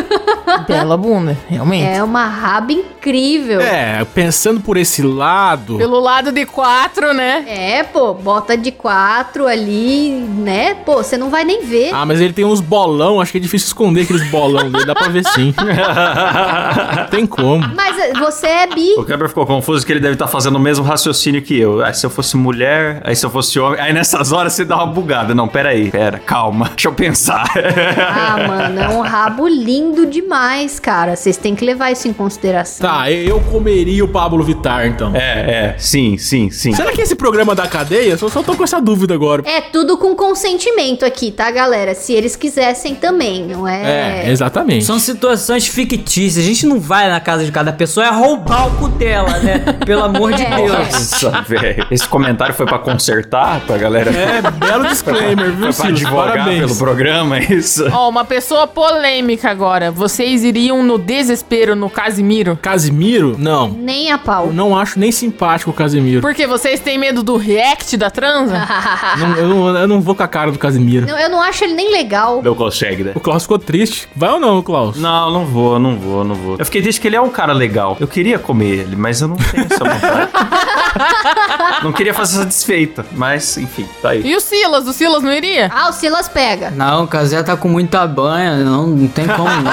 Speaker 4: Bela bunda, realmente.
Speaker 3: é uma raba incrível.
Speaker 1: É, pensando por esse lado.
Speaker 4: Pelo lado de quatro, né?
Speaker 3: É, pô, bota de quatro ali, né? Pô, você não vai nem ver.
Speaker 1: Ah, mas ele tem uns bolão, acho que é difícil esconder aqueles bolão dele, dá pra ver sim. tem como.
Speaker 3: Mas eh, você é bi.
Speaker 2: O Kleber ficou confuso que ele deve estar fazendo o mesmo raciocínio que eu. Aí se eu fosse mulher, aí se eu fosse homem. Aí nessas horas você dá uma bugada. Não, pera aí, pera, calma. Deixa eu pensar.
Speaker 3: Ah, mano, é um rabo lindo demais, cara. Vocês têm que levar isso em consideração.
Speaker 1: Tá, eu comeria o Pablo Vittar, então.
Speaker 2: É, é, sim, sim, sim.
Speaker 1: Será que esse programa da cadeia? Eu só, só tô com essa dúvida agora.
Speaker 3: É tudo com consentimento aqui, tá, galera? Se eles quisessem também, não é?
Speaker 1: É, exatamente.
Speaker 5: São situações fictícias. A gente não vai na casa de cada pessoa, é roubar o cu dela, né? Pelo amor de
Speaker 3: É.
Speaker 5: Deus.
Speaker 2: Nossa, velho. Esse comentário foi pra consertar, pra galera.
Speaker 1: É, belo disclaimer, viu,
Speaker 2: Foi pra
Speaker 1: Silvio?
Speaker 2: advogar pelo
Speaker 1: Parabéns.
Speaker 2: programa, é isso?
Speaker 4: Ó, uma pessoa polêmica agora. Vocês iriam no desespero no Casimiro?
Speaker 1: Casimiro? Não.
Speaker 3: Nem a
Speaker 1: Eu
Speaker 3: pau.
Speaker 1: não acho nem simpático o Casimiro.
Speaker 4: Porque vocês têm medo do react da transa?
Speaker 1: Não, eu, não, eu não vou com a cara do Casimiro.
Speaker 3: Não, eu não acho ele nem legal.
Speaker 2: Não consegue, né?
Speaker 1: O Klaus ficou triste. Vai ou não, Klaus?
Speaker 2: Não, não vou, não vou, não vou. Eu fiquei triste que ele é um cara legal. Eu queria comer ele, mas eu não tenho essa vontade. não queria fazer essa desfeita, mas enfim, tá aí.
Speaker 4: E o Silas? O Silas não iria?
Speaker 3: Ah, o Silas pega.
Speaker 5: Não, o Casé tá com muita banha, não, não tem como não.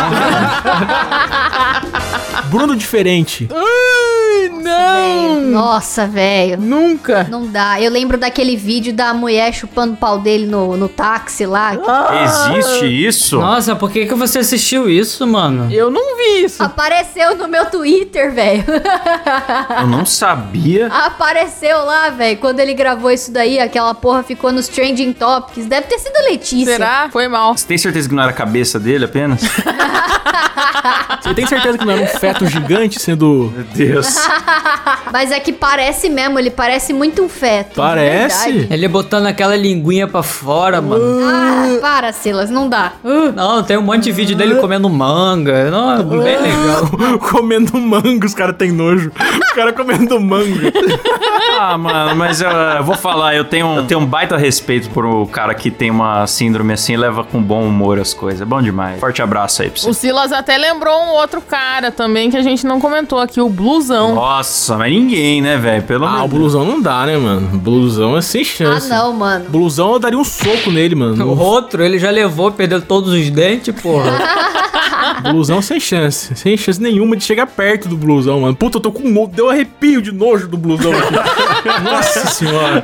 Speaker 1: Bruno diferente. Ai,
Speaker 4: Ai,
Speaker 1: Hum.
Speaker 4: não!
Speaker 3: Nossa, velho.
Speaker 4: Nunca!
Speaker 3: Não dá. Eu lembro daquele vídeo da mulher chupando o pau dele no, no táxi lá.
Speaker 2: Existe isso?
Speaker 5: Nossa, por que, que você assistiu isso, mano?
Speaker 4: Eu não vi
Speaker 3: Ah,
Speaker 4: isso.
Speaker 3: Apareceu no meu Twitter, velho.
Speaker 2: Eu não sabia.
Speaker 3: Apareceu lá, velho. Quando ele gravou isso daí, aquela porra ficou nos trending topics. Deve ter sido a Letícia.
Speaker 4: Será? Foi mal.
Speaker 2: Você tem certeza que não era a cabeça dele apenas?
Speaker 1: Você tem certeza que não era um feto gigante sendo.
Speaker 2: Meu Deus.
Speaker 3: Mas é que parece mesmo, ele parece muito um feto. de
Speaker 1: Parece?
Speaker 3: verdade.
Speaker 5: Ele botando aquela linguinha pra fora, mano.
Speaker 3: Ah, para, Silas, não dá.
Speaker 5: Não, tem um monte de vídeo dele comendo manga. Não, é bem legal.
Speaker 1: comendo mango, os caras têm nojo. O cara comendo mango.
Speaker 2: Ah, mano, mas eu, eu vou falar, eu tenho, um, eu tenho um baita respeito pro cara que tem uma síndrome assim e leva com bom humor as coisas. É bom demais. Forte abraço aí pra você.
Speaker 4: O Silas até lembrou um outro cara também que a gente não comentou aqui, o Blusão.
Speaker 2: Nossa, mas ninguém, né, velho? Pelo
Speaker 1: Ah, o
Speaker 2: amor de
Speaker 1: blusão não dá, né, mano? Blusão é sem
Speaker 3: Ah,
Speaker 1: chance.
Speaker 3: não, mano.
Speaker 1: Blusão eu daria um soco nele,
Speaker 5: O
Speaker 1: mano.
Speaker 5: outro, ele já levou, perdeu todos os dentes, porra.
Speaker 1: Blusão sem chance. Sem chance nenhuma de chegar perto do blusão, mano. Puta, eu tô com nojo. Deu um arrepio de nojo do blusão aqui. Nossa senhora.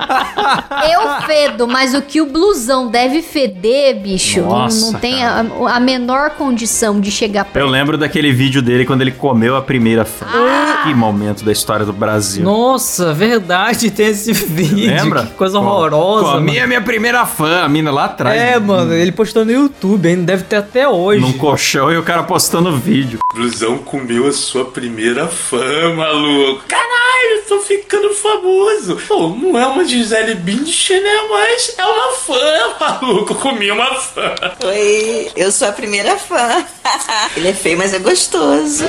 Speaker 3: Eu fedo, mas o que o blusão deve feder, bicho, não- não,
Speaker 2: Nossa,
Speaker 3: tem a, a menor condição de chegar perto.
Speaker 2: Eu lembro daquele vídeo dele quando ele comeu a primeira fruta. Que momento da história do Brasil.
Speaker 5: Ah. Nossa, verdade, tem esse vídeo.
Speaker 2: Lembra?
Speaker 5: Que coisa
Speaker 2: Com-
Speaker 5: horrorosa.
Speaker 2: Comi
Speaker 5: mano.
Speaker 2: a minha primeira fã, a mina lá atrás.
Speaker 5: É,
Speaker 2: né?
Speaker 5: mano, ele postou no YouTube, ainda deve ter até hoje.
Speaker 2: Num colchão e o cara postando vídeo.
Speaker 6: Blusão comeu a sua primeira fama, maluco. Caralho, tô ficando famoso. Pô, não é uma Gisele Bündchen, né? Mas é uma fã, maluco. Comi uma fã.
Speaker 7: Oi, eu sou a primeira fã. Ele é feio, mas é gostoso.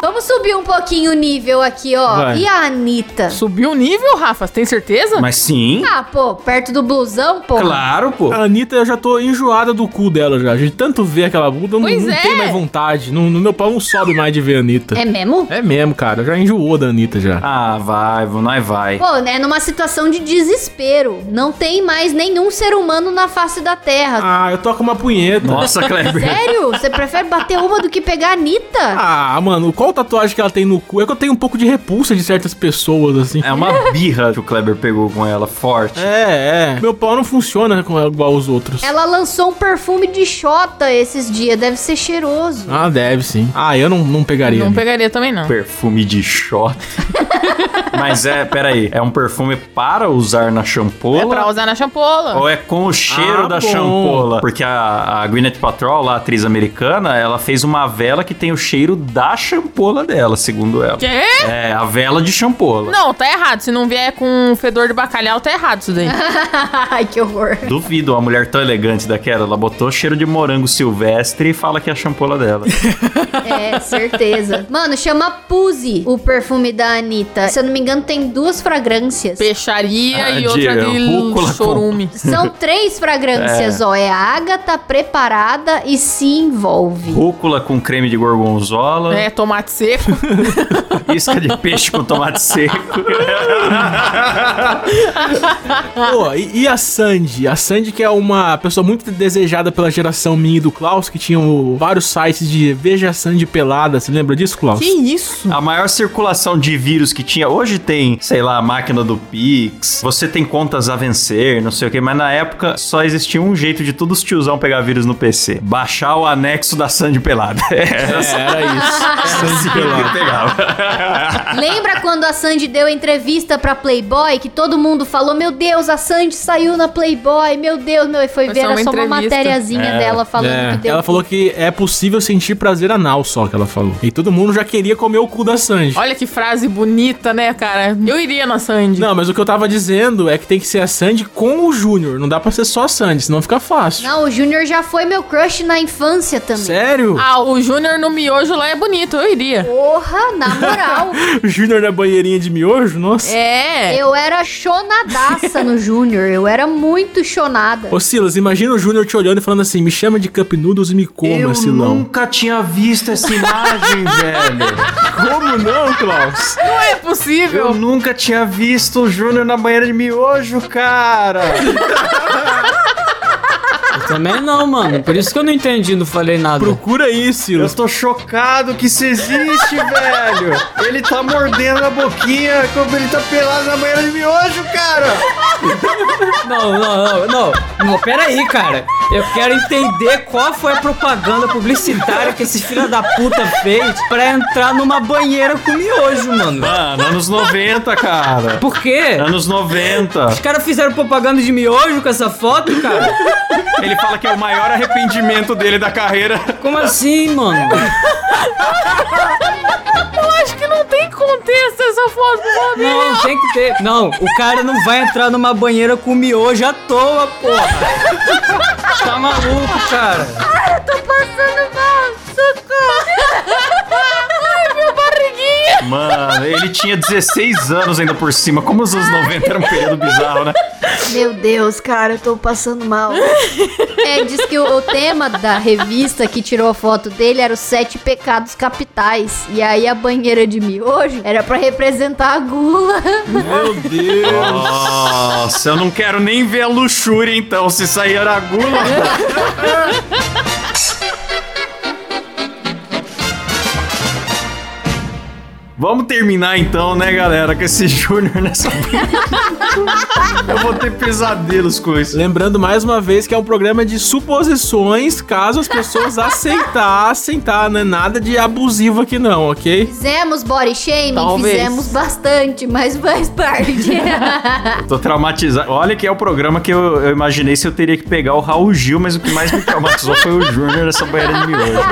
Speaker 3: Vamos subir um pouquinho o nível aqui, ó.
Speaker 1: Vai.
Speaker 3: E a Anitta?
Speaker 4: Subiu o nível, Rafa? Tem certeza?
Speaker 2: Mas sim,
Speaker 3: Ah, pô, perto do blusão, pô.
Speaker 2: claro, pô.
Speaker 1: A Anitta, eu já tô enjoada do cu dela já. A gente tanto vê aquela bunda, eu não,
Speaker 4: Pois
Speaker 1: não
Speaker 4: é.
Speaker 1: tem mais vontade. No, no meu pau não sobe mais de ver a Anitta.
Speaker 3: É mesmo?
Speaker 1: É mesmo, cara. Já enjoou da Anitta já.
Speaker 2: Ah, vai, vô, nós vai.
Speaker 3: Pô, né? Numa situação de desespero. Não tem mais nenhum ser humano na face da Terra.
Speaker 1: Ah, eu toco uma punheta.
Speaker 2: Nossa, Kleber.
Speaker 3: Sério? Você prefere bater uma do que pegar a Anitta?
Speaker 1: Ah, mano, qual tatuagem que ela tem no cu? É que eu tenho um pouco de repulsa de certas pessoas, assim.
Speaker 2: É uma birra que o Kleber pegou com ela, forte.
Speaker 1: É, é. Meu pau não funciona com- igual os outros.
Speaker 3: Ela lançou um perfume de xota esses dias. Deve ser cheiroso.
Speaker 1: Ah, deve sim. Ah, eu não, não pegaria.
Speaker 4: Não
Speaker 1: amigo.
Speaker 4: pegaria também, não.
Speaker 2: Perfume de shot. Mas é, peraí, é um perfume para usar na champola?
Speaker 4: É pra usar na champola.
Speaker 2: Ou é com o cheiro
Speaker 1: Ah,
Speaker 2: da
Speaker 1: bom.
Speaker 2: champola? Porque a, a Gwyneth Paltrow, lá, a atriz americana, ela fez uma vela que tem o cheiro da champola dela, segundo ela.
Speaker 4: Quê?
Speaker 2: É, a vela de champola.
Speaker 4: Não, tá errado. Se não vier com fedor de bacalhau, tá errado isso daí.
Speaker 3: Ai, que horror.
Speaker 2: Duvido uma mulher tão elegante daquela. Ela botou cheiro de morango silvestre e fala que é a champola dela.
Speaker 3: É, certeza. Mano, chama Puzi o perfume da Anitta. Se eu não me engano, tem duas fragrâncias.
Speaker 4: Peixaria
Speaker 2: Ah,
Speaker 4: e outra
Speaker 2: Diego, rúcula
Speaker 4: de
Speaker 2: com-
Speaker 4: chorume.
Speaker 3: São três fragrâncias, ó. É a ágata, preparada e se envolve.
Speaker 2: Rúcula com creme de gorgonzola,
Speaker 4: É, tomate seco.
Speaker 2: isca de peixe com tomate seco.
Speaker 1: Pô, e, e a Sandy? A Sandy que é uma pessoa muito desejada pela geração minha e do Klaus, que tinham vários sites de Veja a Sandy pelada. Você lembra disso, Klaus?
Speaker 4: que isso?
Speaker 2: A maior circulação de vírus que tinha. Hoje tem, sei lá, a máquina do Pix. Você tem contas a vencer, não sei o que. Mas na época só existia um jeito de todos os tiozão pegar vírus no PC: baixar o anexo da Sandy Pelada. Era
Speaker 1: É, era isso.
Speaker 2: assim
Speaker 1: Sandy
Speaker 2: que
Speaker 1: pelada.
Speaker 2: ele pegava.
Speaker 3: Lembra quando a Sandy deu entrevista pra Playboy? Que todo mundo falou: Meu Deus, a Sandy saiu na Playboy. Meu Deus, meu. E foi
Speaker 4: Foi
Speaker 3: ver,
Speaker 4: só
Speaker 3: era
Speaker 4: uma
Speaker 3: só uma
Speaker 4: entrevista.
Speaker 3: matériazinha dela falando
Speaker 1: É,
Speaker 3: que deu.
Speaker 1: ela falou que é possível sentir prazer anal só, que ela falou. E todo mundo já queria comer o cu da Sandy.
Speaker 4: Olha que frase bonita, né, cara? Eu iria na Sandy.
Speaker 1: Não, mas o que eu tava dizendo é que tem que ser a Sandy com o Júnior. Não dá pra ser só a Sandy, senão fica fácil.
Speaker 3: Não, o Júnior já foi meu crush na infância também.
Speaker 1: Sério?
Speaker 4: Ah, o Júnior no miojo lá é bonito, eu iria.
Speaker 3: Porra, na moral.
Speaker 1: O Júnior na banheirinha de miojo? Nossa.
Speaker 4: É.
Speaker 3: eu era chonadaça no Júnior. Eu era muito chonada.
Speaker 1: Ô Silas, imagina o Júnior te olhando e falando assim: me chama de Cup Noodles e me coma,
Speaker 2: Eu
Speaker 1: Silão.
Speaker 2: nunca tinha visto essa imagem, velho.
Speaker 1: Como não, Klaus?
Speaker 4: Não é
Speaker 2: Eu
Speaker 4: possível.
Speaker 2: nunca tinha visto o Júnior na banheira de miojo, cara.
Speaker 5: Também não, mano. Por isso que eu não entendi, não falei nada.
Speaker 1: Procura aí,
Speaker 2: Eu
Speaker 1: Silas.
Speaker 2: tô chocado que isso existe, velho. Ele tá mordendo a boquinha como ele tá pelado na banheira de miojo, cara.
Speaker 5: Não, não, não, não. Não, pera aí, cara. Eu quero entender qual foi a propaganda publicitária que esse filho da puta fez pra entrar numa banheira com miojo, mano.
Speaker 2: Mano, anos 90, cara.
Speaker 5: Por quê?
Speaker 2: Anos 90.
Speaker 5: Os caras fizeram propaganda de miojo com essa foto, cara?
Speaker 2: Ele fala que é o maior arrependimento dele da carreira.
Speaker 5: Como assim, mano?
Speaker 4: Eu acho que não tem contexto essa foto do Bob.
Speaker 5: Não, tem que ter. Não, o cara não vai entrar numa banheira com miojo à toa, porra. Tá maluco, cara.
Speaker 4: Passando mal, socorro. Ai, meu barriguinha.
Speaker 2: Mano, ele tinha 16 anos ainda por cima. Como os anos 90 era um período bizarro, né?
Speaker 3: Meu Deus, cara, eu tô passando mal. É, diz que o, o tema da revista que tirou a foto dele era os sete pecados capitais. E aí a banheira de miojo era pra representar a gula.
Speaker 1: Meu Deus.
Speaker 2: Nossa, eu não quero nem ver a luxúria então, se sair era gula. Vamos terminar então, né, galera, com esse Júnior nessa. eu vou ter pesadelos com isso.
Speaker 1: Lembrando mais uma vez que é um programa de suposições, caso as pessoas aceitassem, tá? Não é nada de abusivo aqui não, ok?
Speaker 3: Fizemos body shaming,
Speaker 5: Talvez.
Speaker 3: fizemos bastante, mas faz parte.
Speaker 2: Tô traumatizado. Olha que é o programa que eu, eu imaginei se eu teria que pegar o Raul Gil, mas o que mais me traumatizou foi o Júnior nessa banheira de miojo.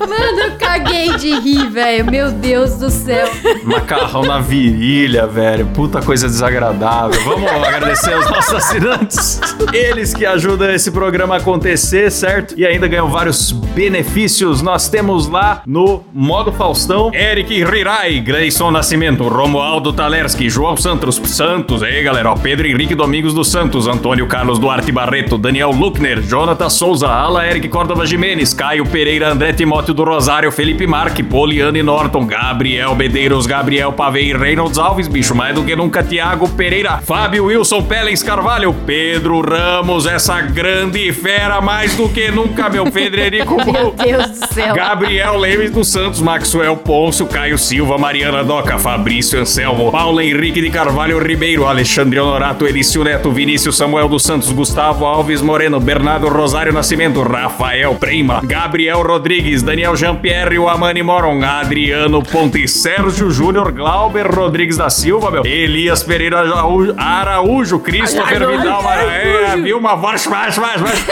Speaker 3: Mano, eu caguei de rir, velho. Meu Deus do céu.
Speaker 2: Macarrão na virilha, velho. Puta coisa desagradável. Vamos agradecer aos nossos assinantes. Eles que ajudam esse programa a acontecer, certo? E ainda ganham vários benefícios. Nós temos lá no Modo Faustão, Eric Rirai, Grayson Nascimento, Romualdo Talerski, João Santos Santos, aí galera, ó, Pedro Henrique Domingos dos Santos, Antônio Carlos Duarte Barreto, Daniel Luckner, Jonathan Souza, Ala Eric Córdova Jimenez, Caio Pereira, André Timóteo do Rosário, Felipe Marque, Poliane Norton, Gabriel Bedeiros, Gabriel Pavei, Reynolds Alves, bicho, mais do que nunca, Tiago Pereira, Fábio Wilson Pellens Carvalho, Pedro Ramos, essa grande fera, mais do que nunca, meu Federico.
Speaker 3: Meu Deus do céu.
Speaker 2: Gabriel Lemes dos Santos, Maxwell Pôncio, Caio Silva, Mariana Doca, Fabrício Anselmo, Paulo Henrique de Carvalho Ribeiro, Alexandre Honorato, Elício Neto, Vinícius Samuel dos Santos, Gustavo Alves Moreno, Bernardo Rosário Nascimento, Rafael Prima, Gabriel Rodrigues, Daniel Jean-Pierre, o Amani Moron, Adriano Ponte, Sérgio Júnior, Glauber Rodrigues da Silva, meu, Elias Pereira Araújo, Araújo Christopher Vidal, é, Maraé, Vilma Vargas, mais, mais, mais.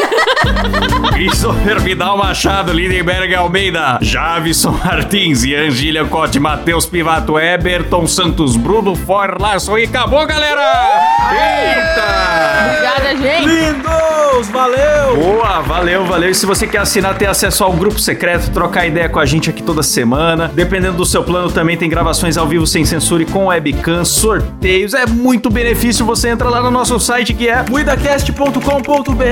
Speaker 2: Christopher Vidal Machado, Lindenberg Almeida, Javison Martins, Ian Gillian Cote, Matheus Pivato, Eberton Santos, Bruno Forlarson e acabou, galera! Eita!
Speaker 4: Obrigada, gente.
Speaker 1: Lindos, valeu!
Speaker 2: Boa, valeu, valeu. E se você quer assinar, ter acesso ao grupo secreto, trocar ideia com a gente aqui toda semana. Dependendo do seu plano, também tem gravações ao vivo sem censura e com webcam, sorteios. É muito benefício. Você entra lá no nosso site que é
Speaker 1: Cuidacast.com.br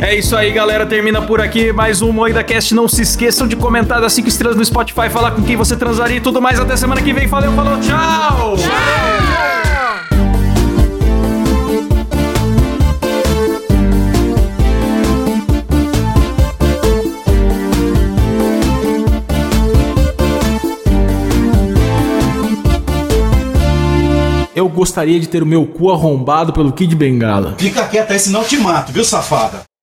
Speaker 2: É isso aí, galera. Termina por aqui mais um MoidaCast. Não se esqueçam de comentar das 5 estrelas no Spotify, falar com quem você transaria e tudo mais. Até semana que vem. Valeu, falou, tchau!
Speaker 1: Eu gostaria de ter o meu cu arrombado pelo Kid Bengala.
Speaker 8: Fica quieta aí, senão eu te mato, viu, safada?